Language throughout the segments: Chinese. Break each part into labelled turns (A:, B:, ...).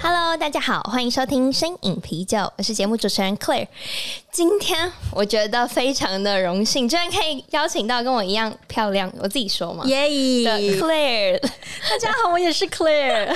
A: Hello，大家好，欢迎收听《深饮啤酒》，我是节目主持人 Claire。今天我觉得非常的荣幸，居然可以邀请到跟我一样漂亮，我自己说嘛。
B: 耶、
A: 的 Claire
B: 大家好，我也 是 Claire。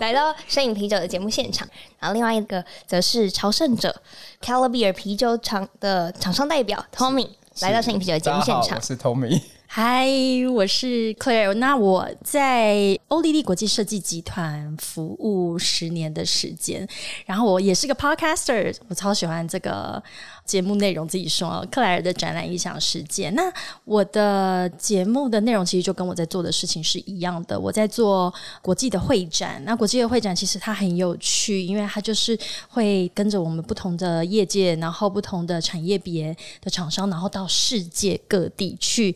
A: 来到深饮啤酒的节目现场，然后另外一个则是朝圣者 Caliber 啤酒厂的厂商代表 Tommy 来到深饮啤酒的节目现
C: 大家好
A: 场
C: 我。是 Tommy。
B: 嗨，我是 Claire。那我在欧丽丽国际设计集团服务十年的时间，然后我也是个 podcaster，我超喜欢这个节目内容。自己说，克莱尔的展览异想世界。那我的节目的内容其实就跟我在做的事情是一样的。我在做国际的会展，那国际的会展其实它很有趣，因为它就是会跟着我们不同的业界，然后不同的产业别的厂商，然后到世界各地去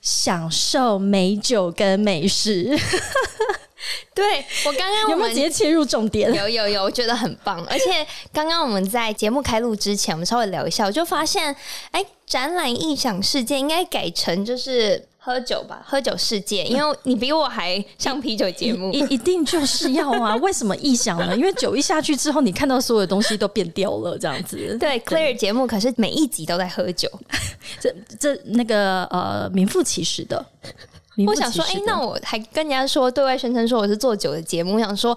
B: 享受美酒跟美 食。
A: 对我刚刚我
B: 有没有
A: 们
B: 直接切入重点？
A: 有有有，我觉得很 棒。而且刚刚我们在节目开录之前，我们稍微聊一下，我就发现，哎，展览异想世界应该改成就是喝酒吧，喝酒世 界，因为你比我还上啤酒节目
B: 一。一定就是要啊！为什么臆想呢？因为酒一下去之后，你看到所有的东西都变掉了，这样子。
A: 对，Clear 节目可是每一集都在喝酒。
B: 这这那个呃，名副其实 的。名
A: 我
B: 副
A: 想
B: 其
A: 说，哎、
B: 实的
A: 那我还跟人家说对外宣称说我是做酒的节目，我想说，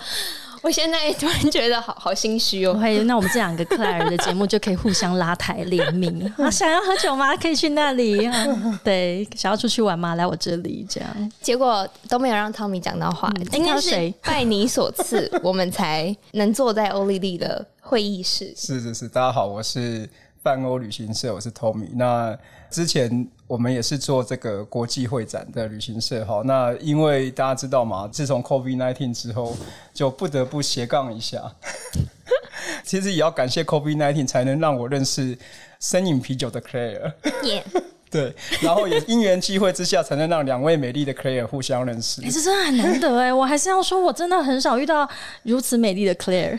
A: 我现在突然觉得好好心虚哦。
B: OK，那我们这两个克莱尔的节目就可以互相拉抬联名 啊！想要喝酒吗？可以去那里啊。对，想要出去玩吗？来我这里这样。
A: 结果都没有让 Tommy 讲到话，
B: 嗯
A: 应该
B: 他
A: 是
B: 谁
A: 拜你所赐，我们才能坐在欧丽丽的会议室。
C: 是是是，大家好，我是泛欧旅行社，我是 Tommy。那之前我们也是做这个国际会展的旅行社哈。那因为大家知道嘛，自从 COVID nineteen 之后，就不得不斜杠一下。 其实也要感谢 COVID nineteen 才能让我认识生饮啤酒的 Claire。
A: 耶、
C: 对，然后也因缘际会之下，才能让两位美丽的 Claire 互相认识
B: 哎、。这真的很难得哎、我还是要说，我真的很少遇到如此美丽的 Claire。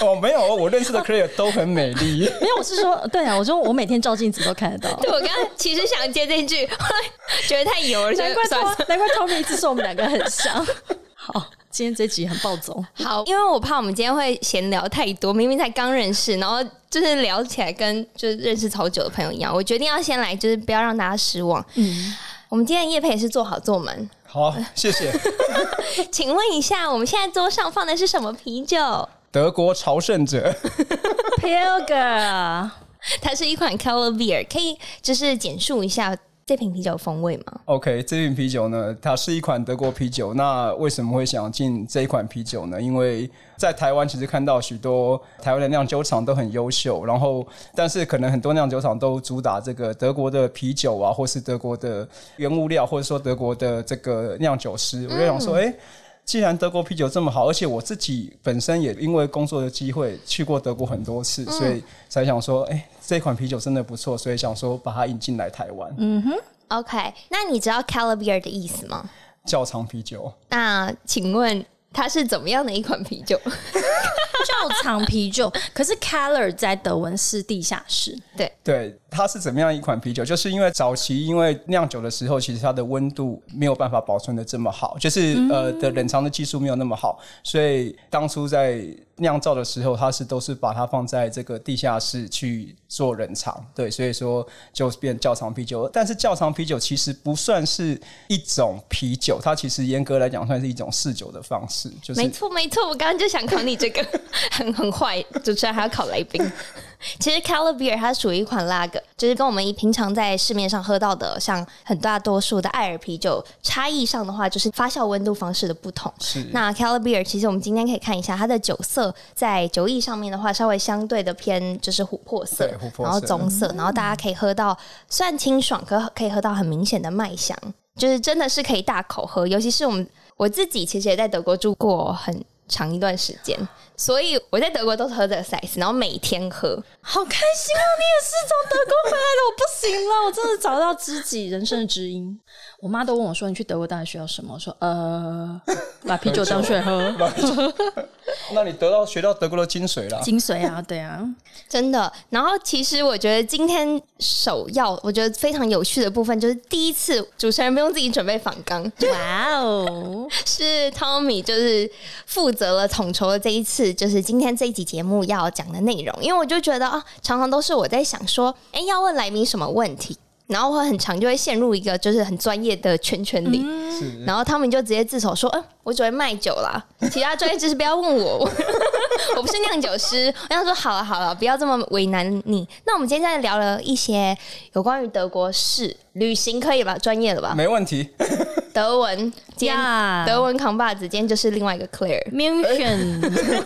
C: 哦，没有，我认识的 Claire 都很美丽。
B: 没有，我是说，对啊，我说我每天照镜子都看得到。
A: 对我刚刚其实想接这一句， 后来觉得太油了，就
B: 难怪
A: 算了。
B: Tom，难怪 Tommy 一直说我们两个很 像。好，今天这集很暴走。
A: 好，因为我怕我们今天会闲聊太多，明明才刚认识，然后就是聊起来跟就是认识超久的朋友一样，我决定要先来，就是不要让大家失望。
B: 嗯，
A: 我们今天的夜配也是做好做满，
C: 好，谢谢。
A: 请问一下，我们现在桌上放的是什么啤酒？
C: 德国朝圣者，
B: Pilger，
A: 它是一款 c a l i b e r 可以就是简述一下这瓶啤酒风味吗？
C: OK，这瓶啤酒呢，它是一款德国啤酒。那为什么会想进这一款啤酒呢？因为在台湾其实看到许多台湾的酿酒厂都很优秀，然后但是可能很多酿酒厂都主打这个德国的啤酒啊，或是德国的原物料，或者说德国的这个酿酒师。我就想说，哎、既然德国啤酒这么好，而且我自己本身也因为工作的机会去过德国很多次，所以才想说，哎、这款啤酒真的不错，所以想说把它引进来台湾，
A: OK，那你知道 c a l i b e r 的意思吗？
C: 窖藏啤酒。
A: 那请问它是怎么样的一款啤 酒？
B: 窖藏啤酒。可是 Keller 在德文是地下室，
C: 对，它是怎么样一款啤酒？就是因为早期因为酿酒的时候，其实它的温度没有办法保存的这么好，就是、呃
A: 嗯
C: 的冷藏的技术没有那么好，所以当初在酿造的时候，它是都是把它放在这个地下室去做冷藏。对，所以说就变窖藏啤酒。但是窖藏啤酒其实不算是一种啤酒，它其实严格来讲算是一种试酒的方式，就是
A: 没错，没错，我刚刚就想考你这 个，很很坏，主持人还要考来宾。 其实 c a l i b e r 它属于一款拉格，就是跟我们平常在市面上喝到的，像很大多数的艾尔啤酒差异上的话，就是发酵温度方式的不同。
C: 是
A: 那 c a l i b e r 其实我们今天可以看一下它的酒色，在酒意上面的话，稍微相对的偏就是琥珀色，
C: 对琥珀色嗯
A: 然后棕色，然后大家可以喝到虽然清爽，可可以喝到很明显的麦香，就是真的是可以大口喝，尤其是我们我自己其实也在德国住过很长一段时间，所以我在德国都是喝这个 size，然后每天喝。
B: 好开心哦！你也是从德国回来的，我不行了，我真的找到知己，人生的知音。 我妈都问我说：“你去德国大学需要什么？”我说：“呃，把啤酒当水喝，
C: 那你得到学到德国的精髓啦。
B: 精髓啊，对啊，
A: 真的。然后其实我觉得今天首要，我觉得非常有趣的部分就是第一次主持人不用自己准备访纲，
B: 哇哦，
A: 是 Tommy 就是负责了统筹了这一次，就是今天这一集节目要讲的内容。因为我就觉得啊，常常都是我在想说，哎、要问来宾什么问题，然后我很常就会陷入一个就是很专业的圈圈里，
C: 是，
A: 然后他们就直接自首说：“嗯、我只会卖酒啦，其他专业知识不要问我， 我我不是酿酒师。”我想说：“好了好了，不要这么为难你。”那我们今天在聊了一些有关于德国事旅行，可以吧？专业了吧？
C: 没问题。
A: 德文，今天
B: Yeah
A: 德文扛把子，今天就是另外一个 Claire。
B: Munich，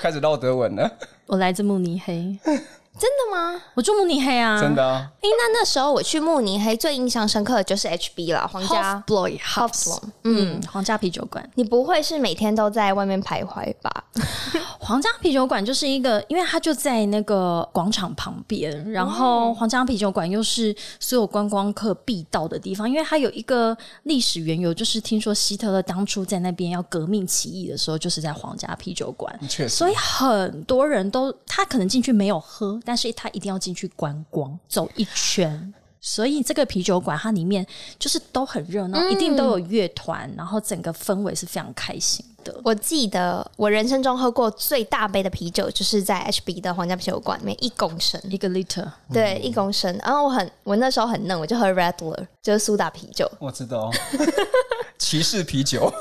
C: 开始唠德文了，
B: 我来自慕尼黑，
A: 真的吗？
B: 我住慕尼黑啊，
C: 真的啊，
A: 诶，那那时候我去慕尼黑，最印象深刻的就是 HB 啦，皇
B: h o f
A: 家
B: b l o y House，
A: Hofbräu
B: 嗯，皇家啤酒馆。
A: 你不会是每天都在外面徘徊吧？
B: 皇家啤酒馆就是一个，因为它就在那个广场旁边，然后皇家啤酒馆又是所有观光客必到的地方，因为它有一个历史缘由，就是听说希特勒当初在那边要革命起义的时候，就是在皇家啤酒馆，
C: 确实
B: 所以很多人都他可能进去没有喝，但是他一定要进去观光走一圈。所以这个啤酒馆它里面就是都很热闹，一定都有乐团，然后整个氛围是非常开心的。
A: 我记得我人生中喝过最大杯的啤酒，就是在 HB 的皇家啤酒馆里面一公升，
B: 一个 liter
A: 对，一公升。然后我很，我那时候很嫩，我就喝 Redler，就是苏打啤酒，
C: 我知 道。骑士啤酒，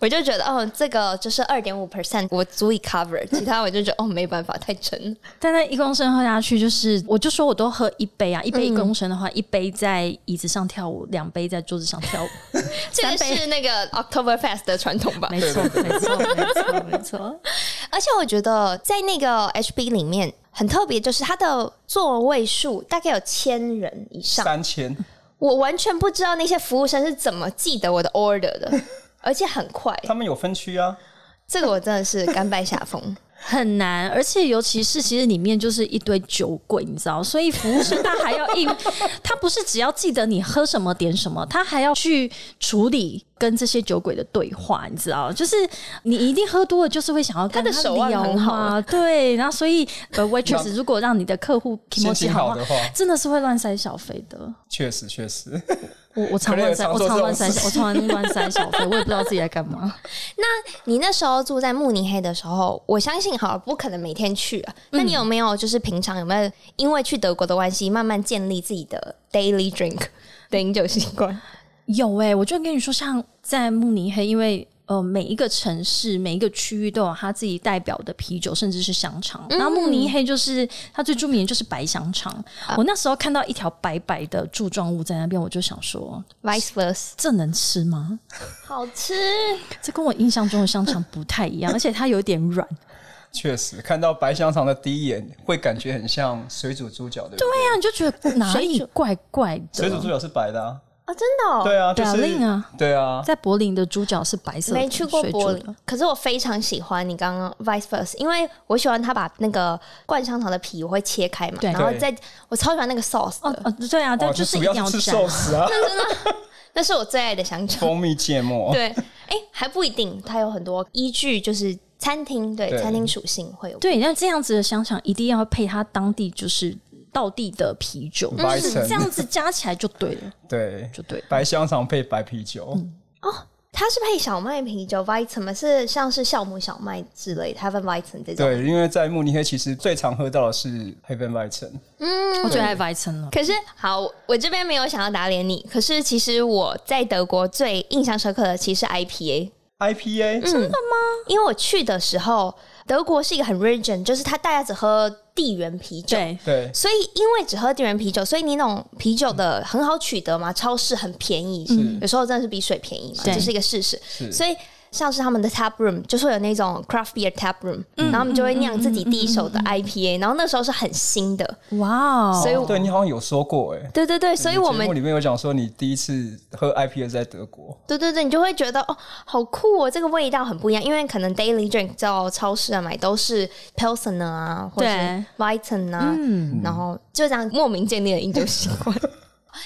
A: 我就觉得哦，这个就是二点五 percent，我足以 cover，其他我就觉得哦没办法，太沉。
B: 但那一公升喝下去，就是我就说我都喝一杯啊，一杯一公升的话，一杯在椅子上跳舞，两杯在桌子上跳舞，
A: 这个
B: 三杯
A: 是那个 October Fest 的传统吧？
B: 没错，没错，没错，没错。
A: 而且我觉得在那个 HB 里面很特别，就是它的座位数大概有千人以上，
C: 三千，
A: 我完全不知道那些服务生是怎么记得我的 order 的，而且很快。
C: 他们有分区啊，
A: 这个我真的是甘拜下风。
B: 很难，而且尤其是其实里面就是一堆酒鬼，你知道，所以服务生他还要应，他不是只要记得你喝什么点什么，他还要去处理跟这些酒鬼的对话，你知道，就是你一定喝多了，就是会想要跟
A: 他的手腕
B: 聊
A: 很好啊
B: 嘛，对，然后所以呃 waitress 如果让你的客户 i m
C: 心
B: o
C: 情
B: 好
C: 好的话
B: 真的是会乱塞小费的。
C: 确实确实。
B: 我我常
C: 可能
B: 乱
C: 有
B: 塞，
C: 常
B: 我
C: 做
B: 常
C: 这
B: 乱
C: 种
B: 塞
C: 事
B: 小，我常乱塞小费，我也不知道自己在干嘛。
A: 你那时候住在慕尼黑的时候，我相信好了，不可能每天去啊。那你有没有就是平常有没有因为去德国的关系，慢慢建立自己的 daily drink 的饮酒习惯？
B: 有哎、我就跟你说，像在慕尼黑，因为呃每一个城市、每一个区域都有它自己代表的啤酒，甚至是香肠。然后慕尼黑就是它最著名的就是白香肠。我那时候看到一条白白的柱状物在那边，我就想说，
A: vice versa，
B: 这能吃吗？
A: 好吃。
B: 这跟我印象中的香肠不太一 样，而且它有点软。
C: 确实，看到白香肠的第一眼，会感觉很像水煮猪脚，对不对？
B: 对呀、啊你就觉得哪
A: 水
B: 里
A: 煮
B: 怪怪
C: 水煮猪
B: 的。
C: 脚是白的啊，
A: 哦，真的、哦，
C: 对啊，就
B: 表
C: 是
B: 令啊，
C: 对啊，
B: 在柏林的猪脚是白色的，
A: 没去过
B: 水煮
A: 柏
B: 的
A: 林，可是我非常喜欢你刚刚 vice versa，因为我喜欢他把那个灌香肠的皮我会切开嘛，
B: 对
A: 然后
C: 对
A: 再我超喜欢那个 sauce
B: 哦
A: 的，
B: 哦，对啊，但
C: 哦
B: 就是一
C: 主
B: 定
C: 要是吃
B: 沾
C: 寿 司啊，
A: 那是我最爱的香肠。
C: 蜂蜜芥末，
A: 对，哎、还不一定，它有很多依据，就是餐厅对
C: 对
A: 餐厅属性会有。
B: 对，那这样子的香肠一定要配它当地就是道地的啤酒，
C: 白
B: 就是
C: 橙
B: 嗯这样子加起来就对了，
C: 对，
B: 就对了。
C: 白香肠配白啤酒，
B: 嗯
A: 它是配小麦啤酒 Weizen，是像是酵母小麦之类的 h e a v e n Weizen 这种。
C: 对，因为在慕尼黑其实最常喝到的是黑分白橙，
B: 嗯
A: 嗯
B: 我最爱白橙了，
A: 可是好，我这边没有想要打脸你，可是其实我在德国最印象深刻的其实是 IPA，
C: IPA，、
B: 嗯
A: 因为我去的时候，德国是一个很 region，就是它大家只喝地缘啤酒。
B: 对，
C: 对，
A: 所以，因为只喝地缘啤酒，所以你那种啤酒的很好取得嘛，超市很便宜，有时候真的是比水便宜嘛，
B: 对
A: 这是一个事实。所以像是他们的 tap room，就是会有那种 craft beer tap room，、然后我们就会酿自己第一手的 IPA，、然后那时候是很新的，
B: 哇哦，
A: 所以我
C: 对你好像有说过哎、
A: 对对对，所以我
C: 节
A: 们
C: 目里面有讲说你第一次喝 IPA 是在德国，
A: 对对对，你就会觉得哦，好酷哦，这个味道很不一样，因为可能 daily drink 到超市啊买都是 Pilsen 啊，或者
B: 对
A: Weizen 啊，然后就这样莫名建立了饮酒习惯。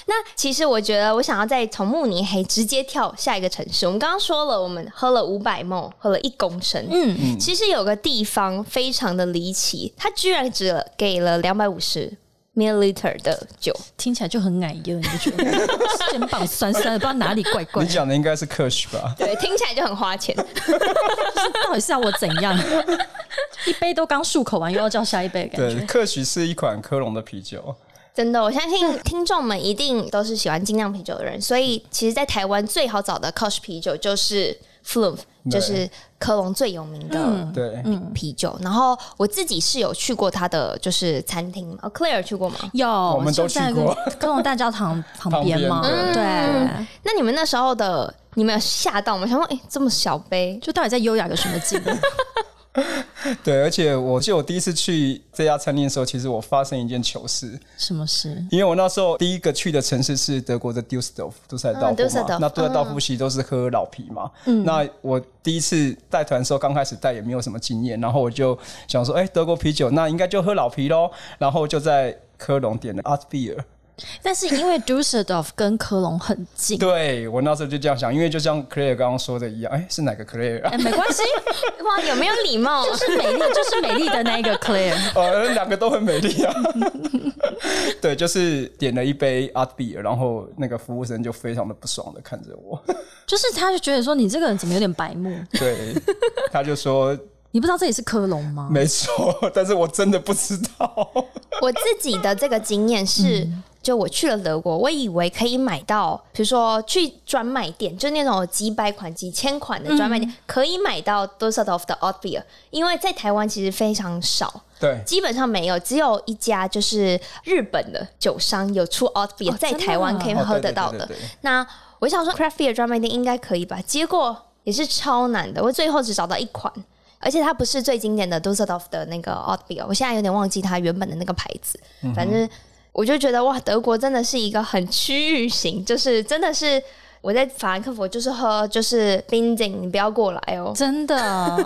A: 那其实我觉得，我想要再从慕尼黑直接跳下一个城市。我们刚刚说了，我们喝了五百梦，喝了一公升。嗯，其实有个地方非常的离奇，它居然只给了两百五十 milliliter 的酒。
B: 听起来就很矮油，你就觉得 肩膀酸酸的，不知道哪里怪怪
C: 你
B: 的，
C: 讲的应该是 Kush 吧？
A: 对，听起来就很花钱。
B: 到底是要我怎样？一杯都刚漱口完，又要叫下一杯，感
C: 对
B: 觉
C: ，Kush 是一款科隆的啤酒，
A: 真的，我相信听众们一定都是喜欢精酿啤酒的人，所以其实，在台湾最好找的 Kosh 啤酒就是 Flume，
C: 对嗯
A: 就是科隆最有名的
C: 对，
A: 啤酒。然后我自己是有去过它的就是餐厅嘛，哦，Claire 去过吗？
B: 有，我
C: 们都去过
B: 高雄大教堂旁边嘛，
C: 旁边
B: 对，
A: 那你们那时候的，你们有吓到吗？想说，哎、这么小杯，
B: 就到底在优雅个什么劲？
C: 对，而且我记得我第一次去这家餐厅的时候，其实我发生一件糗事，
B: 什么事？
C: 因为我那时候第一个去的城市是德国的 Düsseldorf 杜塞尔道
A: 嗯
C: 夫嘛，
A: Düsseldorf，
C: 那杜塞尔道夫其实都是喝老啤嘛。那我第一次带团的时候，刚开始带也没有什么经验，然后我就想说，哎、德国啤酒那应该就喝老啤喽，然后就在科隆点了 Art Beer。
B: 但是因为 Dusseldorf 跟科隆很近，
C: 对我那时候就这样想，因为就像 Clare 刚刚说的一样，哎、是哪个 Clare 啊
B: 哎，？没关系，
A: 哇，有没有礼貌啊？
B: 就是美丽，就是美丽的那一个 Claire。
C: 呃，两个都很美丽啊。 对，就是点了一杯 Art Beer，然后那个服务生就非常的不爽的看着我，
B: 就是他就觉得说你这个人怎么有点白目？
C: 对，他就说
B: 你不知道这里是科隆吗？
C: 没错， 但是我真的不知道。
A: 我自己的这个经验是，就我去了德国，我以为可以买到，比如说去专卖店，就那种有几百款、几千款的专卖店，可以买到 d o s s e l d o r f 的 Odd Beer，因为在台湾其实非常少。
C: 对，
A: 基本上没有，只有一家就是日本的酒商有出 Odd Beer，、
B: 哦
A: 在
B: 真的
A: 台湾可以
C: 哦
A: 喝
C: 对
A: 得
C: 对
A: 到
C: 对
A: 的。
C: 对对
A: 那我想说 craft beer 专卖店应该可以吧，结果也是超难的，我最后只找到一款。而且它不是最经典的 d u s s e l d o r f 的那个 Odd Beer，我现在有点忘记它原本的那个牌子。
C: 嗯
A: 反正我就觉得哇，德国真的是一个很区域型，就是真的是我在法兰克福就是喝就是 b i n z i n 你不要过来哦。
B: 真的，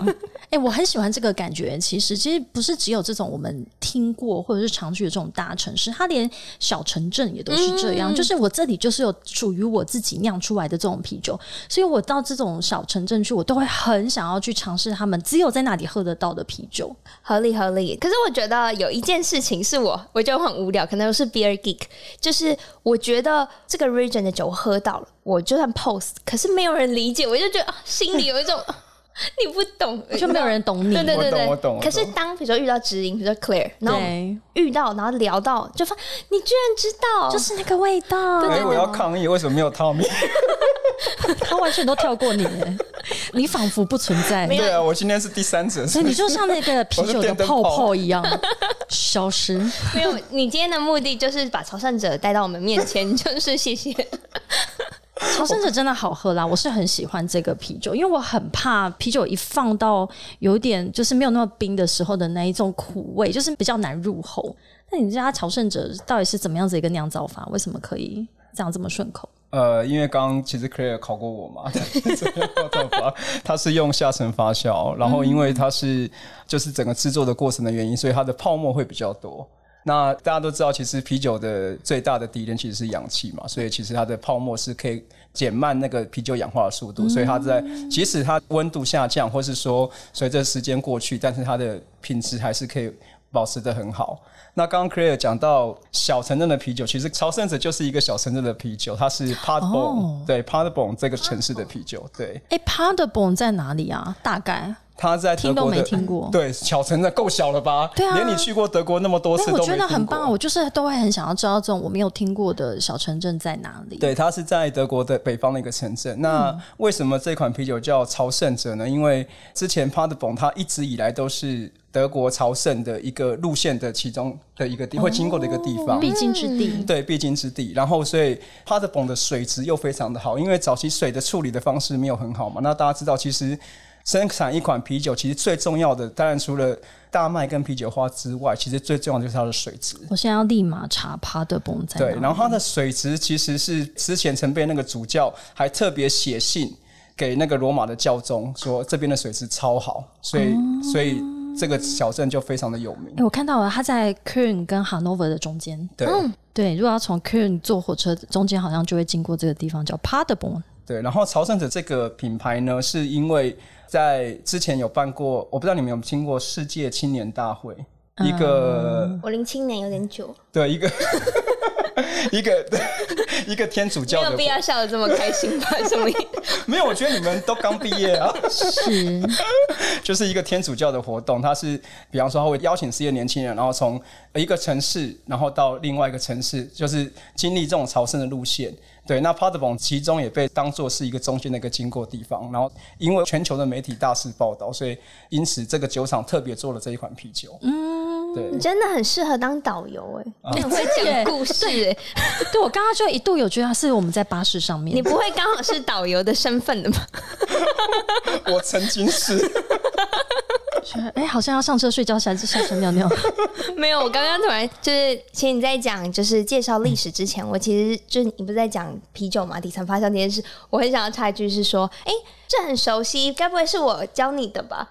B: 哎、我很喜欢这个感觉。其实，其实不是只有这种我们听过或者是常去的这种大城市，它连小城镇也都是这样。就是我这里就是有属于我自己酿出来的这种啤酒，所以我到这种小城镇去，我都会很想要去尝试他们只有在那里喝得到的啤酒。
A: 合理合理。可是我觉得有一件事情是我我觉得很无聊，可能是 beer geek，就是我觉得这个 region 的酒我喝到了，我就算 post，可是没有人理解，我就觉得、啊、心里有一种 你不懂，
B: 就没有人懂你
A: 对对对
C: 我懂我
A: 对
C: 懂我，懂
A: 可是当比如说遇到知音，比如说 Claire，然后
B: 对
A: 遇到，然后聊到，就发你居然知道，
B: 就是那个味 道，
C: 哎、我要抗议，为什么没有汤米？
B: 他完全都跳过你耶，你仿佛不存在。
C: 对啊，我今天是第三者，
B: 所以你就像那个啤酒
C: 我是
B: 的
C: 电灯
B: 泡
C: 泡
B: 泡一 样消失。
A: 没有， 你今天的目的就是把朝圣者带到我们面前，就是谢谢。
B: 朝圣者真的好喝啦，我是很喜欢这个啤酒，因为我很怕啤酒一放到有点就是没有那么冰的时候的那一种苦味，就是比较难入喉。那你知道它朝圣者到底是怎么样子一个酿造法？为什么可以这样这么顺口？
C: 呃，因为刚刚其实 Clare 考过我嘛， 它是用下沉发酵，然后因为它是就是整个制作的过程的原因，所以它的泡沫会比较多。那大家都知道，其实啤酒的最大的敌人其实是氧气嘛，所以其实它的泡沫是可以减慢那个啤酒氧化的速
B: 嗯
C: 度，所以它在即使它温度下降，或是说随着时间过去，但是它的品质还是可以保持的很好。那刚刚 Clare 讲到小城镇的啤酒，其实朝圣者就是一个小城镇的啤酒，它是
B: 哦
C: Paderborn，、对 Paderborn 这个城市的啤酒，对。
B: 哎 p a d e r b o r n 在哪里啊？大概
C: 它在德
B: 听都
C: 国
B: 没
C: 的
B: 听过
C: 对，小城的够小了吧？
B: 对啊
C: 连你去过德国那么多次
B: 但
C: 都
B: 我
C: 没
B: 觉得很
C: 听过
B: 棒，我就是都会很想要知道这种我没有听过的小城镇在哪里。
C: 对，它是在德国的北方的一个城镇。那为什么这款啤酒叫朝圣者呢？因为之前 Paderborn 它一直以来都是德国朝圣的一个路线的其中的一个地，会经过的一个地方。
B: 必经之地。
C: 对必经之地，然后所以帕德堡的水质又非常的好，因为早期水的处理的方式没有很好嘛。那大家知道，其实生产一款啤酒，其实最重要的，当然除了大麦跟啤酒花之外，其实最重要的就是它的水质。
B: 我现在要立马查帕德崩在
C: 对，
B: 哪。
C: 然后它的水质其实是之前曾被那个主教还特别写信给那个罗马的教宗，说这边的水质超好，所以、
A: 哦
C: 所以这个小镇就非常的有名
B: 哎、。我看到了，它在 Köln 跟 Hanover 的中间。
C: 对、
A: 嗯
B: 对，如果要从 Köln 坐火车，中间好像就会经过这个地方叫 Paderborn。
C: 对，然后朝圣者这个品牌呢，是因为在之前有办过，我不知道你们有没有听过世界青年大会，
A: 嗯
C: 一 个、
A: 我零七年有点久，
C: 对一个 一个 一个天主
A: 没
C: 教的
A: 有必要笑得这么开心吧？什么意思？
C: 没有，我觉得你们都刚毕业啊。
B: 是，
C: 就是一个天主教的活动，它是比方说他会邀请失业年轻人，然后从一个城市，然后到另外一个城市，就是经历这种朝圣的路线。对，那 Paderborn 其中也被当做是一个中间的一个经过地方，然后因为全球的媒体大肆报道，所以因此这个酒厂特别做了这一款啤酒。嗯，对
A: 你，真的很适合当导游哎、你很会
B: 真的
A: 讲
B: 耶
A: 故事哎、
B: 对我刚刚就一度有觉得是我们在巴士上面。
A: 你不会刚好是导游的身份的吧？
C: 我曾经是。
B: 哎、好像要上车睡觉，下下车尿尿。
A: 没有，我刚刚突然就是，其实你在讲就是介绍历史之前，我其实就你不是在讲啤酒嘛，底层发酵这件事，我很想要插一句是说，哎、这很熟悉，该不会是我教你的吧？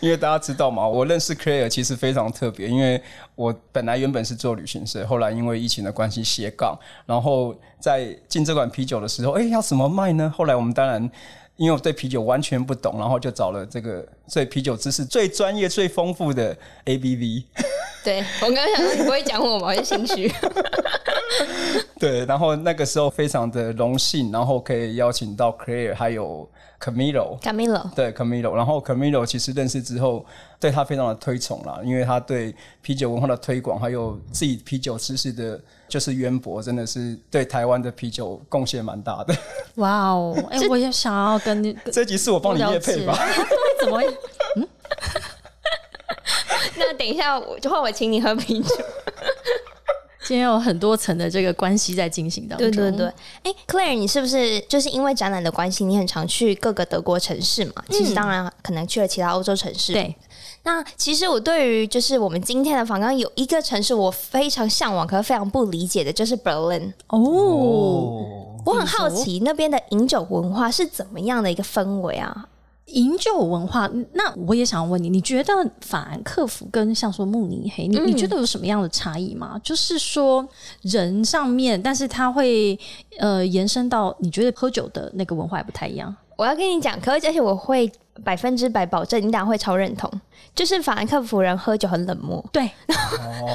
C: 因为大家知道嘛，我认识 Claire 其实非常特别，因为我本来原本是做旅行社，后来因为疫情的关系斜杠，然后在进这款啤酒的时候，哎、要怎么卖呢？后来我们当然。因为我对啤酒完全不懂，然后就找了这个对啤酒知识最专业、最丰富的 ABV，
A: 对我刚刚想说你不会讲我吗？我就心 虚。
C: 对，然后那个时候非常的荣幸，然后可以邀请到 Claire 还有 Camilo，
A: Camilo，
C: 对 Camilo，然后 Camilo 其实认识之后，对他非常的推崇啦，因为他对啤酒文化的推广，还有自己啤酒知识的，就是渊博，真的是对台湾的啤酒贡献蛮大的。
B: 哇哦， 哎、我也想要跟你 跟
C: 这集是我帮你
B: 多了
C: 夜
B: 解
C: 配吧？
B: 怎么会？
A: 那等一下我就换我请你喝啤酒。
B: 今天有很多层的这个关系在进行当中。
A: 对对对，，哎、c l a i r e 你是不是就是因为展览的关系，你很常去各个德国城市嘛？其实当然可能去了其他欧洲城市。
B: 对，
A: 那其实我对于就是我们今天的访纲有一个城市我非常向往，可是非常不理解的，就是 Berlin。
B: 哦，
A: 我很好奇那边的饮酒文化是怎么样的一个氛围啊？
B: 饮酒文化，那我也想问你，你觉得法兰克福跟像说慕尼黑，你、
A: 嗯
B: 你觉得有什么样的差异吗？就是说人上面，但是它会呃延伸到你觉得喝酒的那个文化也不太一样。
A: 我要跟你讲，可而且我会百分之百保证，你俩会超认同，就是法兰克福人喝酒很冷漠，
B: 对，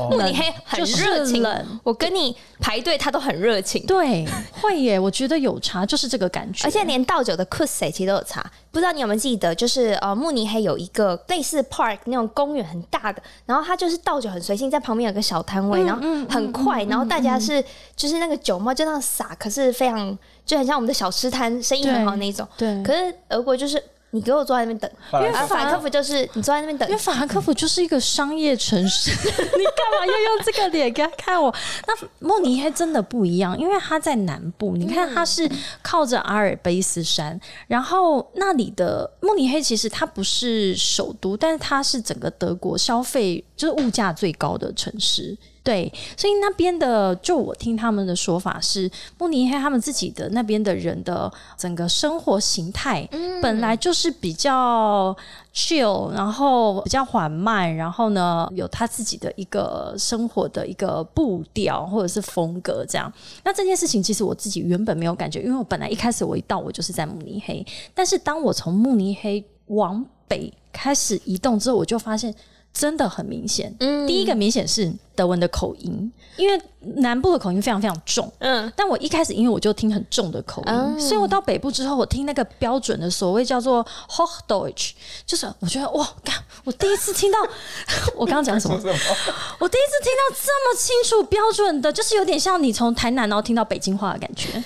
A: 慕尼黑很
B: 哦就是
A: 热情。
B: 冷
A: 我跟你排队，他都很热情。
B: 对，会耶，我觉得有差，就是这个感觉。
A: 而且连倒酒的 c u s 其实都有差，不知道你有没有记得，就是呃，慕尼黑有一个类似 park 那种公园很大的，然后它就是倒酒很随性，在旁边有个小摊
B: 嗯
A: 位，然后很快，然后大家是就是那个酒嘛就那样洒，可是非常就很像我们的小吃摊，生意很好那一种。
B: 对，
A: 可是俄国就是你给我坐在那边等，
C: 法兰
A: 而法兰克福就是你坐在那边
B: 因为
A: 等。
B: 法兰克福就是一个商业城市， 你干嘛要用这个脸给他看我？那慕尼黑真的不一样，因为它在南部，你看它是靠着阿尔卑斯山，然后那里的慕尼黑其实它不是首都，但是它是整个德国消费就是物价最高的城市。对，所以那边的，就我听他们的说法是，慕尼黑他们自己的那边的人的整个生活形态，本来就是比较 chill，然后比较缓慢，然后呢有他自己的一个生活的一个步调或者是风格这样。那这件事情其实我自己原本没有感觉，因为我本来一开始我一到我就是在慕尼黑，但是当我从慕尼黑往北开始移动之后，我就发现真的很明显。
A: 嗯
B: 第一个明显是德文的口音，因为南部的口音非常非常重。
A: 嗯，
B: 但我一开始因为我就听很重的口音，
A: 哦
B: 所以我到北部之后，我听那个标准的所谓叫做 Hochdeutsch，就是我觉得哇，干，我第一次听到， 我刚刚讲什么？我第一次听到这么清楚标准的，就是有点像你从台南然后听到北京话的感觉，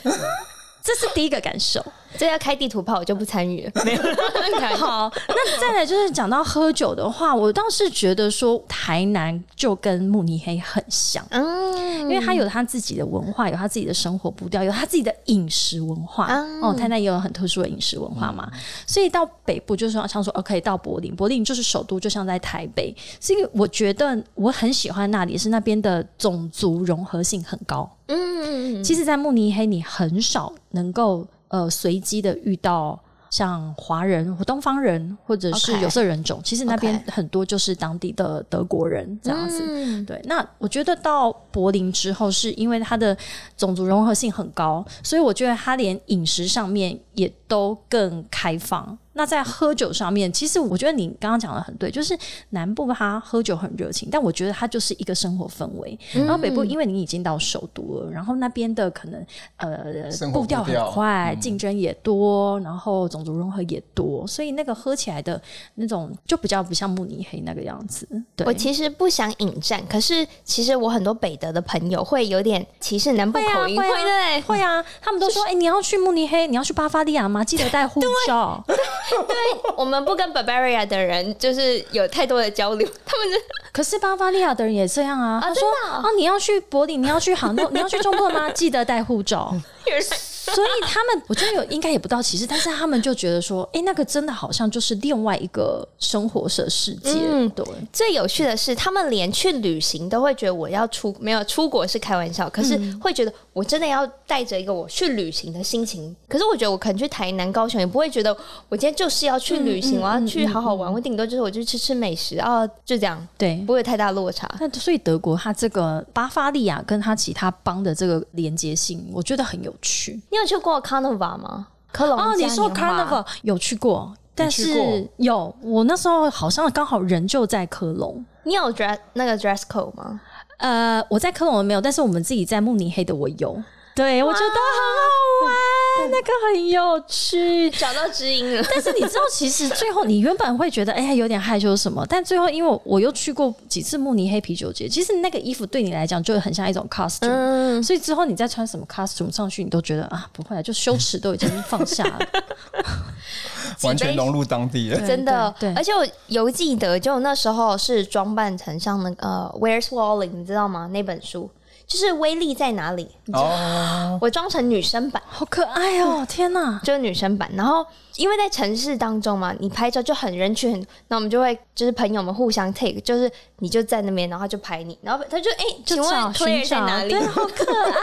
B: 这是第一个感受。
A: 这要开地图炮，我就不参与了。没有，
B: 好，那再来就是讲到喝酒的话，我倒是觉得说台南就跟慕尼黑很像。
A: 嗯
B: 因为他有他自己的文化，有他自己的生活步调，有他自己的饮食文化。
A: 啊
B: 哦，台南也有很特殊的饮食文化嘛，所以到北部就是好像说，OK，到柏林，柏林就是首都，就像在台北。所以我觉得我很喜欢那里，是那边的种族融合性很高。
A: 嗯，
B: 其实，在慕尼黑，你很少能够呃随机的遇到像华人、东方人或者是
A: OK
B: 有色人种。其实那边
A: OK
B: 很多就是当地的德国人这样子。
A: 嗯
B: 对，那我觉得到柏林之后，是因为它的种族融合性很高，所以我觉得它连饮食上面也都更开放。那在喝酒上面，其实我觉得你刚刚讲的很对，就是南部它喝酒很热情，但我觉得它就是一个生活氛围。然后北部，因为你已经到首都了，然后那边的可能呃
C: 生活
B: 步调
C: 步
B: 很
C: 调
B: 快，竞争也多，然后种族融合也多，所以那个喝起来的那种就比较不像慕尼黑那个样子。对，
A: 我其实不想引战，可是其实我很多北德的朋友会有点歧视南部
B: 会啊
A: 口音，
B: 会啊
A: 对不
B: 会啊，他们都说，哎、你要去慕尼黑，你要去巴伐利亚吗？记得带护照。
A: 对？我们不跟 Bavaria 的人就是有太多的交流，他们是
B: 可是巴伐利亚的人也这样啊，他说
A: 真的哦
B: 啊，你要去柏林，你要 去杭州，你要去中部吗？记得带护照。
A: 有人
B: 所以他们，我觉得有应该也不到歧视，但是他们就觉得说，哎、那个真的好像就是另外一个生活的世界。
A: 嗯
B: 对，
A: 最有趣的是，他们连去旅行都会觉得我要出没有出国是开玩笑，可是
B: 嗯
A: 会觉得我真的要带着一个我去旅行的心情。可是我觉得我可能去台南、高雄也不会觉得我今天就是要去旅行，
B: 嗯嗯
A: 我要去好好玩，我顶多就是我去吃吃美食啊，就这样，
B: 对
A: 不。会有太大落差。
B: 那所以德国它这个巴伐利亚跟它其他邦的这个连接性，我觉得很有趣。
A: 你有去过 Carnival 吗？科隆
B: 哦，
A: 嘉
B: 你说
A: 年华
B: Carnival 有去过，但
C: 去
B: 是
C: 过
B: 有我那时候好像刚好人就在科隆。
A: 你有 dress 那个 dress code 吗？
B: 呃，我在科隆我没有，但是我们自己在慕尼黑的我有。对，我觉得很好玩，那个很有趣。
A: 找到知音了，
B: 但是你知道，其实最后你原本会觉得哎呀有点害羞什么，但最后因为我我又去过几次慕尼黑啤酒节，其实那个衣服对你来讲就很像一种 costume，、
A: 嗯，
B: 所以之后你再穿什么 costume 上去，你都觉得啊不会啊，就羞耻都已经放下了。
C: 完全融入当地了。
B: 对
A: 真的，
B: 对对
A: 而且我犹记得，就那时候是装扮成像那个呃《Where's Wally》，你知道吗？那本书就是威力在哪里？
C: 哦，
A: 我装成女生版，
B: 好可爱哦、天哪！
A: 就是女生版。然后因为在城市当中嘛，你拍照就很人群很，那我们就会就是朋友们互相 take，就是你就在那边，然后他就拍你，然后他就哎、
B: 就
A: 请问
B: 找
A: Claire
B: 寻
A: 在
B: 找
A: 哪里
B: 对，？好可爱，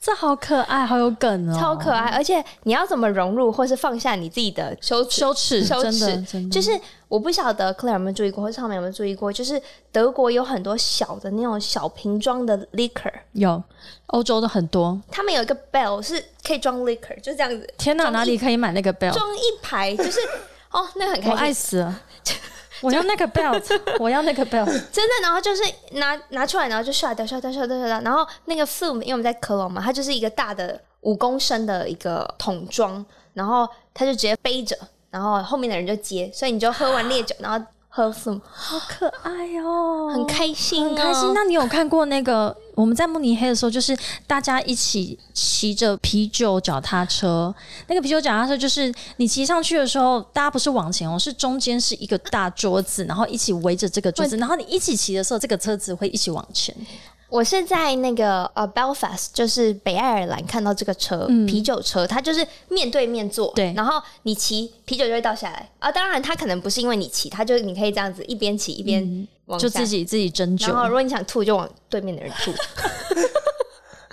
B: 这好可爱，好有梗哦，
A: 超可爱，而且你要怎么融入或是放下你自己的羞耻
B: 羞耻，
A: 羞
B: 真的，
A: 耻
B: 真的，
A: 就是我不晓得 Claire 有没有注意过，或者上面有没有注意过，就是德国有很多小的那种小瓶装的 liquor，
B: 有欧洲的很多。
A: 他们有一个 bell 是可以装 liquor，就这样子
B: 天哪，
A: 装一
B: 哪里可以买那个 bell？
A: 装一排， 就是哦，那很
B: 哦我
A: 开
B: 爱
A: 心，
B: 死 了。我要那个 belt，我要那个 belt，
A: 真的。然后就是拿拿出来，然后就刷掉刷掉刷掉刷掉，然后那个 flume，因为我们在科隆嘛，它就是一个大的五公升的一个桶装，然后他就直接背着，然后后面的人就接，所以你就喝完烈酒，然后喝 flume，
B: 好可爱哦，
A: 很开心、哦
B: 很开心。那你有看过那个我们在慕尼黑的时候，就是大家一起骑着啤酒脚踏车，那个啤酒脚踏车就是你骑上去的时候，大家不是往前哦，是中间是一个大桌子，然后一起围着这个桌子，然后你一起骑的时候，这个车子会一起往前。
A: 我是在那个呃 Belfast，就是北爱尔兰看到这个车、啤酒车，它就是面对面坐，
B: 嗯对
A: 然后你骑啤酒就会倒下来啊。当然，它可能不是因为你骑，它就是你可以这样子一边骑一边往下、
B: 嗯就自。己自己斟
A: 然后如
B: 酌。
A: 果你想吐，就往对面的人吐。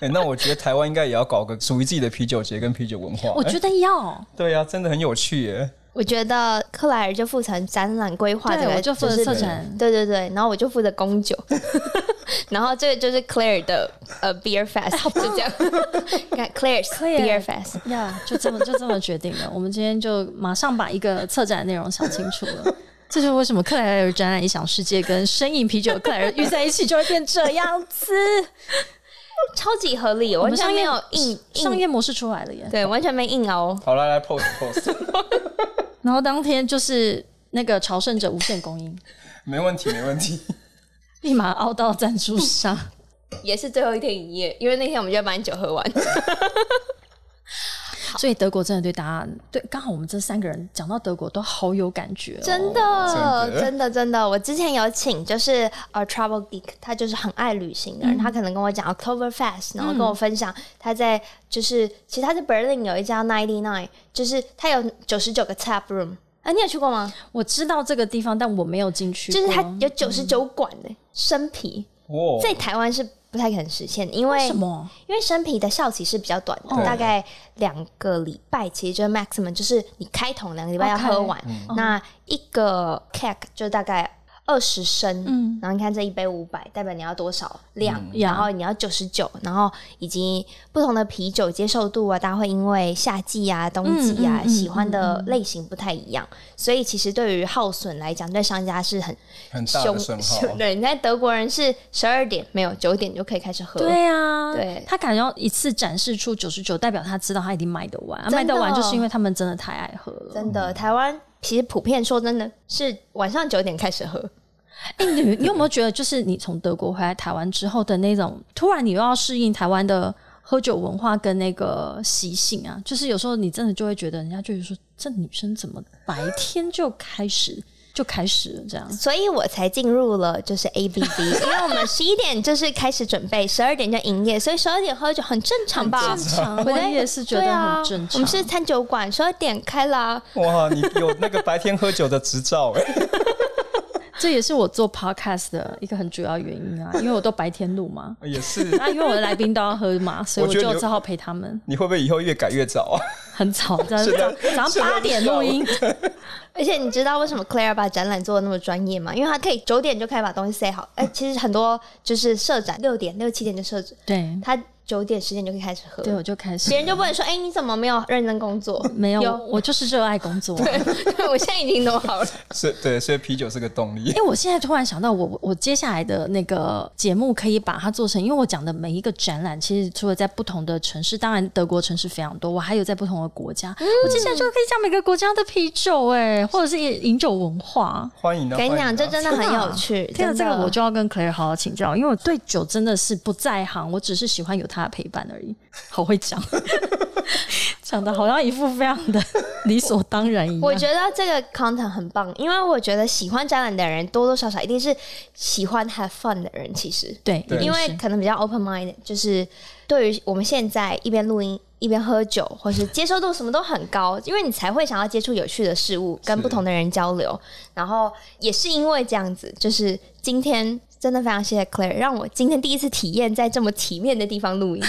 C: 哎、那我觉得台湾应该也要搞个属于自己的啤酒节跟啤酒文化。
B: 我觉
C: 哎
B: 得要，
C: 对啊，真的很有趣耶。
A: 我觉得克莱尔就负责展览规划这
B: 对，
A: 个，
B: 我就负责
A: 哎是
B: 策展。
A: 对对对，然后我就负责供酒， 然后这个就是 Claire 的呃 Beer Fest，、就这样。 看 Claire's
B: Claire
A: Beer Fest，
B: 呀就这么就这么决定了。我们今天就马上把一个策展的内容想清楚了。 这就是为什么克莱尔展览影响世界跟生饮啤酒克莱尔遇在一起就会变这样 子。
A: 超级合理，
B: 我
A: 完
B: 们
A: 全
B: 商
A: 没
B: 业
A: 有硬
B: 商
A: 硬，
B: 业模式出来 了耶。
A: 对，完全没硬熬。
C: 好，来来 pose pose，
B: 然后当天就是那个朝圣者无限供应，
C: 没问题没问题。
B: 立马凹到赞助商。
A: 嗯 也是最后一天营业，因为那天我们就要把你酒喝完。
B: 所以德国真的对大家，对刚好我们这三个人讲到德国都好有感觉、哦，
A: 真的，
C: 真的
A: 真的，真的。我之前有请，就是呃，Travel Geek，他就是很爱旅行的人，他可能跟我讲 October Fest，然后跟我分享他在就是，其实他在 Berlin 有一家 Ninety Nine，就是他有九十九个 tap room。啊，你有去过吗？
B: 我知道这个地方，但我没有进去
A: 就
B: 过。
A: 是他有九十九馆的生啤，
C: 哇，
A: 在台湾是不太可能实现，因为
B: 为什么？
A: 因为生啤的效期是比较短的，
C: 对
A: 大概两个礼拜，其实就是 maximum，就是你开桶两个礼拜要
B: OK
A: 喝完。那一个 keg 就大概二十升，
B: 嗯
A: 然后你看这一杯五百，代表你要多少量？
B: 呀
A: 然后你要九十九，然后以及不同的啤酒接受度啊，大家会因为夏季啊、冬季啊、
B: 嗯嗯嗯
A: 喜欢的类型不太一样，所以其实对于耗损来讲，对商家是很
C: 很大
A: 凶
C: 的损耗。
A: 凶 对，你看德国人是十二点没有九点就可以开始喝，
B: 对啊，
A: 对
B: 他敢要一次展示出九十九，代表他知道他一定卖得完，啊
A: 真的
B: 卖得完就是因为他们真的太爱喝了。
A: 真的，台湾其实普遍说真的是晚上九点开始喝，
B: 哎、你你有没有觉得，就是你从德国回来台湾之后的那种，突然你又要适应台湾的喝酒文化跟那个习性啊？就是有时候你真的就会觉得，人家就是说，这女生怎么白天就开始就开始了这样？
A: 所以我才进入了就是 A B D，因为我们十一点就是开始准备，十二点就营业，所以十二点喝酒很正常吧？
B: 正常，
A: 我
B: 我
A: 在
B: 也是觉得
A: 对啊
B: 很正常。
A: 我们是餐酒馆，十二点开啦。
C: 哇，你有那个白天喝酒的执照哎、
B: 这也是我做 podcast 的一个很主要原因啊，因为我都白天录嘛，
C: 也是。
B: 那、因为我的来宾都要喝嘛，所以我
C: 我觉得
B: 就
C: 你
B: 只好陪他们。
C: 你会不会以后越改越早啊？ 啊
B: 很早，早上早上啊八点录音，
A: 而且你知道为什么 Claire 把展览做的那么专业吗？因为她可以九点就开始把东西塞好。哎、
B: 嗯
A: 其实很多就是社展六点、六七点就设置，
B: 对
A: 她九点、十点就可以开始喝。
B: 对，我就开始
A: 别人就不能说，哎、你怎么没有认真工作？
B: 没有，
A: 有
B: 我就是热爱工作。哎、
A: 对， 我现在已经弄好了。
C: 啊是，对，所以啤酒是个动力。
B: 我现在突然想到我，我我接下来的那个节目可以把它做成，因为我讲的每一个展览，其实除了在不同的城市，当然德国城市非常多，我还有在不同的国家，我接下来就可以讲每个国家的啤酒、哎，或者是饮酒文化。
C: 欢迎啊！
A: 跟你
C: 欢迎啊
A: 讲，这真的很有趣。
B: 天啊，
A: 真
B: 这
A: 的
B: 个我就要跟 Claire 好好请教，因为我对酒真的是不在行，我只是喜欢有他的陪伴而已。好会讲，讲的好像一副非常的理所当然一样。
A: 我觉得这个 content 很棒，因为我觉得喜欢展览的人多多少少一定是喜欢 have fun 的人，其实
B: 对，
C: 对
B: 一
A: 因
B: 定是
A: 为可能比较 open mind，就是对于我们现在一边录音。一边喝酒，或是接受度什么都很高，因为你才会想要接触有趣的事物，跟
C: 是
A: 不同的人交流。然后也是因为这样子，就是今天真的非常谢谢 Claire，让我今天第一次体验在这么体面的地方录 音，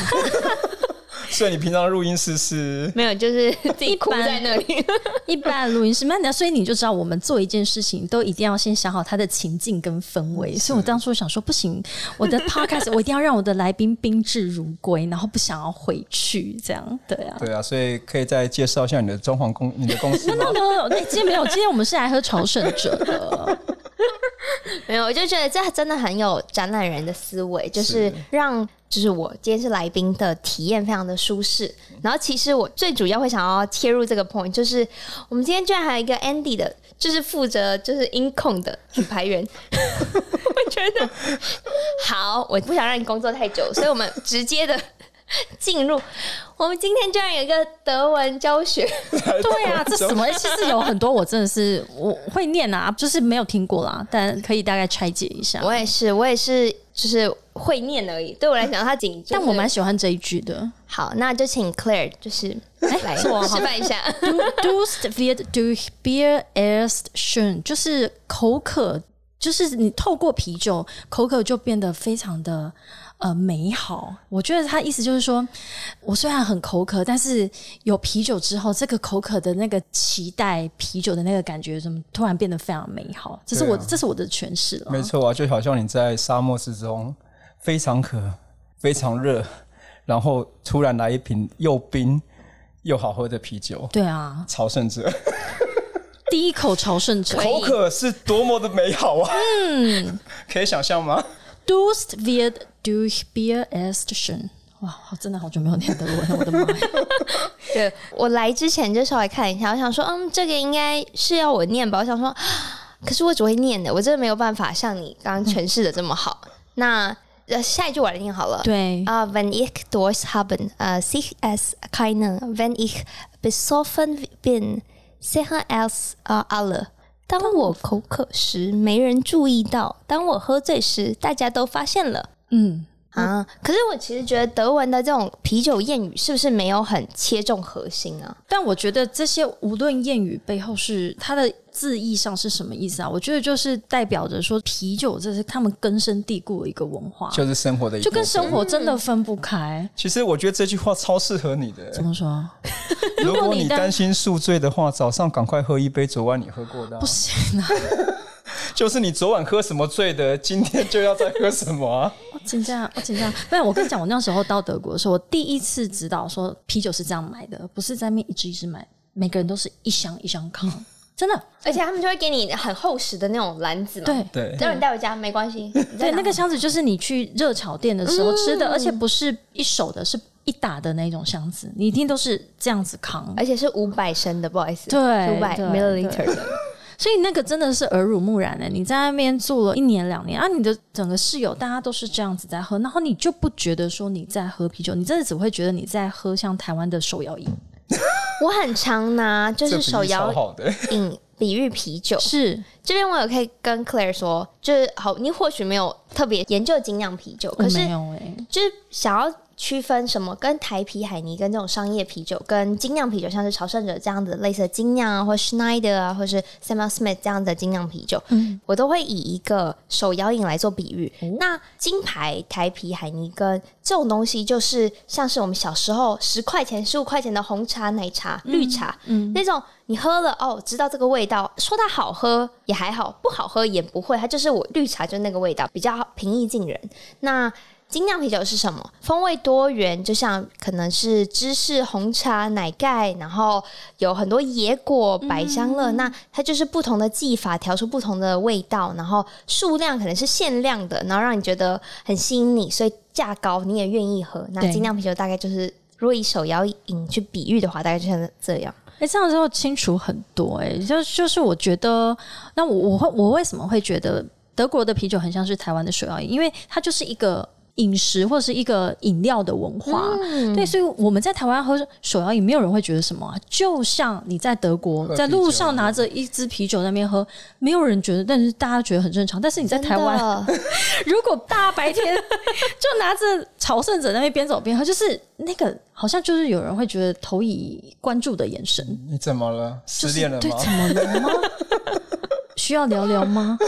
C: 所以你平常录音室是
A: 没有就是自己
B: 一
A: 哭
B: 般
A: 在那里。
B: 一般录音师，那你所以你就知道，我们做一件事情都一定要先想好它的情境跟氛围。所以我当初想说，不行，我的 podcast 我一定要让我的来宾宾至如归，然后不想要回去，这样对啊。？
C: 对啊，所以可以再介绍一下你的装潢公，你的公司吗
B: 没有，那今天没有，今天我们是来喝朝圣者的。
A: 没有，我就觉得这真的很有展览人的思维，就是
C: 是
A: 让就是我今天是来宾的体验非常的舒适。然后其实我最主要会想要切入这个 point，就是我们今天居然还有一个 Andy 的，就是负责就是音控的品牌 员。我觉得好，我不想让你工作太久，所以我们直接的进入。我们今天居然有一个德文教学，
B: 对啊，这什么？其实有很多我真的是我会念啊，就是没有听过啦，但可以大概拆解一下。
A: 我也是，我也是，就是会念而已。对我来讲，它仅
B: 但我蛮喜欢这一句的哎
A: 好，那就请 Claire 就是来
B: 是我
A: 示范一下。
B: ，“Du Durst wird durch Bier erst schön”，就是口渴，就是你透过啤酒，口渴就变得非常的呃美好。我觉得他意思就是说，我虽然很口渴，但是有啤酒之后，这个口渴的那个期待啤酒的那个感觉，怎么突然变得非常美好？这是我、
C: 对啊
B: 这是我的诠释了。
C: 没错啊，就好像你在沙漠之中非常渴、非常热，然后突然来一瓶又冰又好喝的啤酒，
B: 对啊，
C: 朝圣者。
B: 第一口朝圣者
C: 口渴是多么的美好啊！嗯， 可以想象吗？
B: ，Durst wird durch Bier ersticken。哇，我真的好久没有念德文了，我的妈呀！
A: 对我来之前就稍微看一下，我想说，嗯，这个应该是要我念吧。我想说， 可是我只会念的，我真的没有办法像你刚刚诠释的这么好。那呃，下一句我来念好了。
B: 对
A: 啊、w h e n ich durch haben, äh, sich es keinen, wenn ich besoffen bin, sehen es äh, alle. 当我口渴时，没人注意到；当我喝醉时，大家都发现了。
B: 嗯，
A: 啊，可是我其实觉得德文的这种啤酒谚语是不是没有很切中核心啊？
B: 但我觉得这些无论谚语背后是它的字义上是什么意思啊？我觉得就是代表着说啤酒这是他们根深蒂固的一个文化，就嗯
C: 就是生活的一部分
B: 跟生活真的分不开。
C: 其实我觉得这句话超适合你的
B: 怎。么说？
C: 如
B: 果
C: 果
B: 你
C: 你
B: 担
C: 担心宿醉的话，早上赶快喝一杯昨晚你喝过的啊、
B: 不行啊，
C: 就是你昨晚喝什么醉的，今天就要再喝什么啊、
B: 我紧张，我紧张。不然我跟你讲，我那时候到德国的时候，我第一次知道说啤酒是这样买的，不是在面一支一支买，每个人都是一箱一箱扛， 真的。
A: 而且他们就会给你很厚实的那种篮子嘛，
B: 对，
C: 对，
A: 让你带回家没关系。
B: 对，那个箱子就是你去热炒店的时候吃的，而且不是一手的，是一打的那种箱子，你一定都是这样子扛。
A: 而且是五百升的，不好意思，
B: 对
A: 五百
B: 对
A: milliliter 的，
B: 所以那个真的是耳濡目染的、欸你在那边住了一年两年啊，你的整个室友大家都是这样子在喝，然后你就不觉得说你在喝啤酒，你真的只会觉得你在喝像台湾的手摇饮。
A: 我很常拿就是
C: 这比
A: 手
C: 喻超
A: 摇
C: 好的。
A: 饮比喻啤酒。
B: 是，
A: 这边我也可以跟 Claire 说，就是好，你或许没有特别研究精酿啤酒，
B: 我
A: 可是
B: 没有哎、
A: 就是想要区分什么跟台啤、海尼跟这种商业啤酒，跟精酿啤酒，像是朝圣者这样子类似的精酿啊，或 Schneider 啊，或是 Samuel Smith 这样的精酿啤酒，
B: 嗯哦
A: 我都会以一个手摇饮来做比喻。那金牌台啤、海尼跟这种东西，就是像是我们小时候十块钱、十五块钱的红茶、奶茶、绿茶，
B: 嗯，
A: 那种你喝了哦，知道这个味道，说它好喝也还好，不好喝也不会，它就是我绿茶就那个味道，比较平易近人。那精酿啤酒是什么？风味多元，就像可能是芝士红茶、奶盖，然后有很多野果、百香
B: 嗯
A: 乐，那它就是不同的技法调出不同的味道，然后数量可能是限量的，然后让你觉得很吸引你，所以价高你也愿意喝。那
B: 对
A: 精酿啤酒大概就是，如果以手摇饮去比喻的话，大概就像这样。
B: 哎、这样之后清楚很多哎、就就是我觉得，那我我会我为什么会觉得德国的啤酒很像是台湾的手摇饮？因为它就是一个饮食或是一个饮料的文化，对，所以我们在台湾喝手摇饮，没有人会觉得什么啊。就像你在德国
C: 喝
B: 在路
C: 啤酒
B: 上拿着一支啤酒在那边喝，没有人觉得，但是大家觉得很正常。但是你在台湾，
A: 真的
B: 如果大白天 就拿着朝圣者那边边走边喝，就是那个好像就是有人会觉得投以关注的眼神。
C: 你怎么了？失
B: 就是
C: 恋了
B: 对，
C: 吗？
B: 怎么了吗？ 需要聊聊 吗？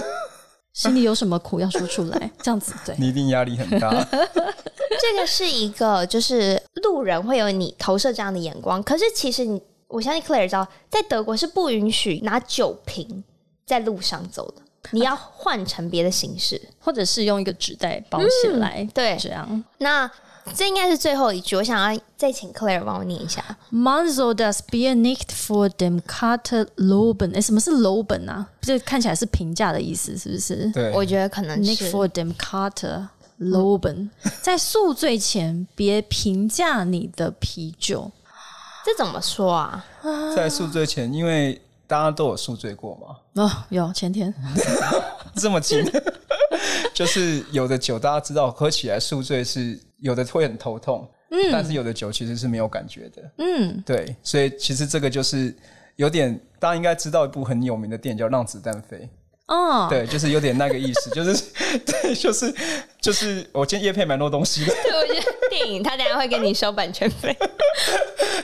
B: 心里有什么苦要说出来，这样子对。
C: 你一定压力很大。
A: 这个是一个就是路人会有你投射这样的眼光，可是其实你我相信 Claire 知道，在德国是不允许拿酒瓶在路上走的，你要换成别的形式。
B: 或者是用一个纸袋包起来，
A: 嗯对
B: 这样。
A: 那这应该是最后一句，我想要再请 Claire 帮我念一下。
B: Man soll das Bier nicht vor dem Kater loben。哎，什么是 loben 啊？这看起来是评价的意思，是不是
C: 对，
A: 我觉得可能
B: ？Nicht
A: 是
B: vor dem Kater loben，在宿醉前别评价你的啤酒。
A: 这怎么说啊？
C: 在宿醉前，因为大家都有宿醉过嘛，
B: 哦，有前天
C: 这么近，就是有的酒大家知道喝起来宿醉是有的会很头痛，嗯，但是有的酒其实是没有感觉的，嗯，对，所以其实这个就是有点大家应该知道一部很有名的电影叫《让子弹飞》。
B: 哦，
C: 对，就是有点那个意 思，就是对，就是就是我今天叶配蛮多东西的，
A: 对，我觉得电影他等下会跟你收版权费。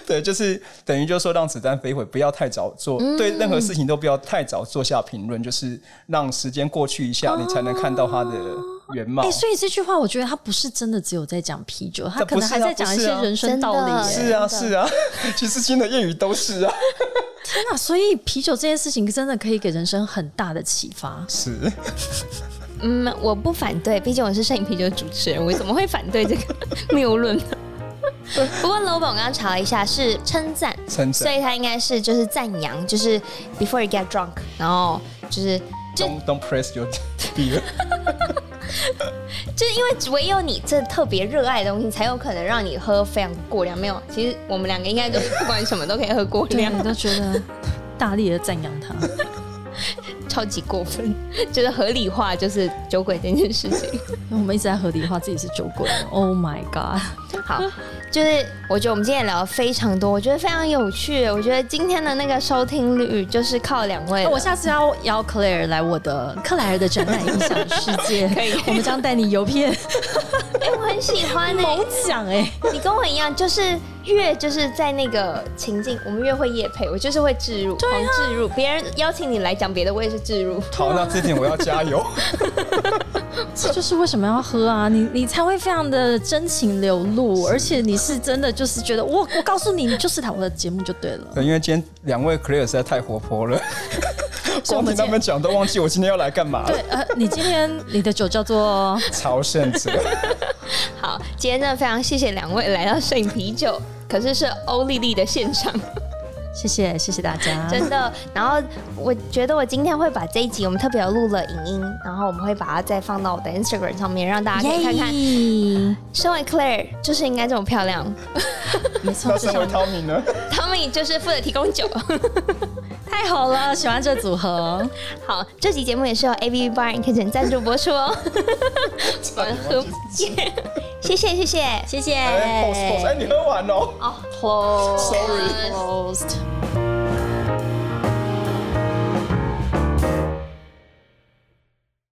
C: 对，就是等于就是说让子弹飞一会，不要太早做，
B: 嗯
C: 对任何事情都不要太早做下评论，就是让时间过去一下，你才能看到它的原貌。
B: 哎、所以这句话，我觉得他不是真的只有在讲啤酒，他
C: 这
B: 可
C: 不
B: 能
C: 是
B: 还
C: 啊
B: 在讲一
C: 不
B: 些
C: 是啊
B: 人生
A: 真的
B: 道理、
A: 是
B: 哎
C: 是啊，
A: 真的
C: 是啊， 其实新的谚语都是啊，
B: 天哪！所以啤酒这件事情真的可以给人生很大的启发。
C: 是
A: 嗯，我不反对，毕竟我是摄影啤酒主持人，我怎么 会反对这个谬论呢？不过 Lobo 我刚刚查了一下，是称赞，
C: 称
A: 所
C: 赞
A: 以他应该是就是赞扬，就是 before you get drunk，然后就是就
C: ，Don't Don't press your beer。
A: 就是因为唯有你这特别热爱的东西，才有可能让你喝非常过量。没有，其实我们两个应该都不管什么都可以喝过
B: 对，
A: 量
B: 我，都觉得大力的赞扬他。
A: 超级过分，就是合理化就是酒鬼这件事 情。
B: 我们一直在合理化自己是酒鬼，Oh my god！
A: 好，就是我觉得我们今天也聊了非常多，我觉得非常有趣。我觉得今天的那个收听率就是靠两位
B: 那
A: 了。
B: 我下次要邀克莱尔来我的克莱尔的展览影响世界，
A: 可以
B: 我们将带你游遍
A: 哎、我很喜 欢那、
B: 某奖哎、
A: 你跟我一样，就是越就是在那个情境，我们越会夜配，我就是会置入，狂置入。别人邀请你来讲别的，我也是置入。
C: 好，那这点我要加油。
B: 这就是为什么要喝啊，你你才会非常的真情流露，而且你是真的就是觉得我我告诉你，你就是他我的节目就对了。
C: 对，因为今天两位 Clare 实在太活泼了，
B: 所以我
C: 光
B: 们
C: 听他
B: 今天
C: 们讲都忘记我今天要来干嘛
B: 对
C: 了。
B: 呃，你今天你的酒叫做
C: 朝圣者，
A: 好，今天真的非常谢谢两位来到摄影啤酒，可是是欧丽丽的现场，
B: 谢谢谢谢大家，
A: 真的。然后我觉得我今天会把这一集我们特别有录了影音，然后我们会把它再放到我的 Instagram 上面，让大家可以看看。
B: 耶
A: 身为 Claire 就是应该这么漂亮，
B: 没错，
C: 那
B: 这
C: 身
B: 是
C: 为
B: 我
C: Tommy 呢？
A: 他们也就是负责提供酒。
B: 太好了，喜欢这组合，
A: 好，这期节目也是由 A B Bar and Kitchen 赞助播出哦。 我们喝，谢谢谢谢。
B: 谢谢。
C: 哎哎，pose pose，哎，你喝完哦。
A: 哦
B: Closed.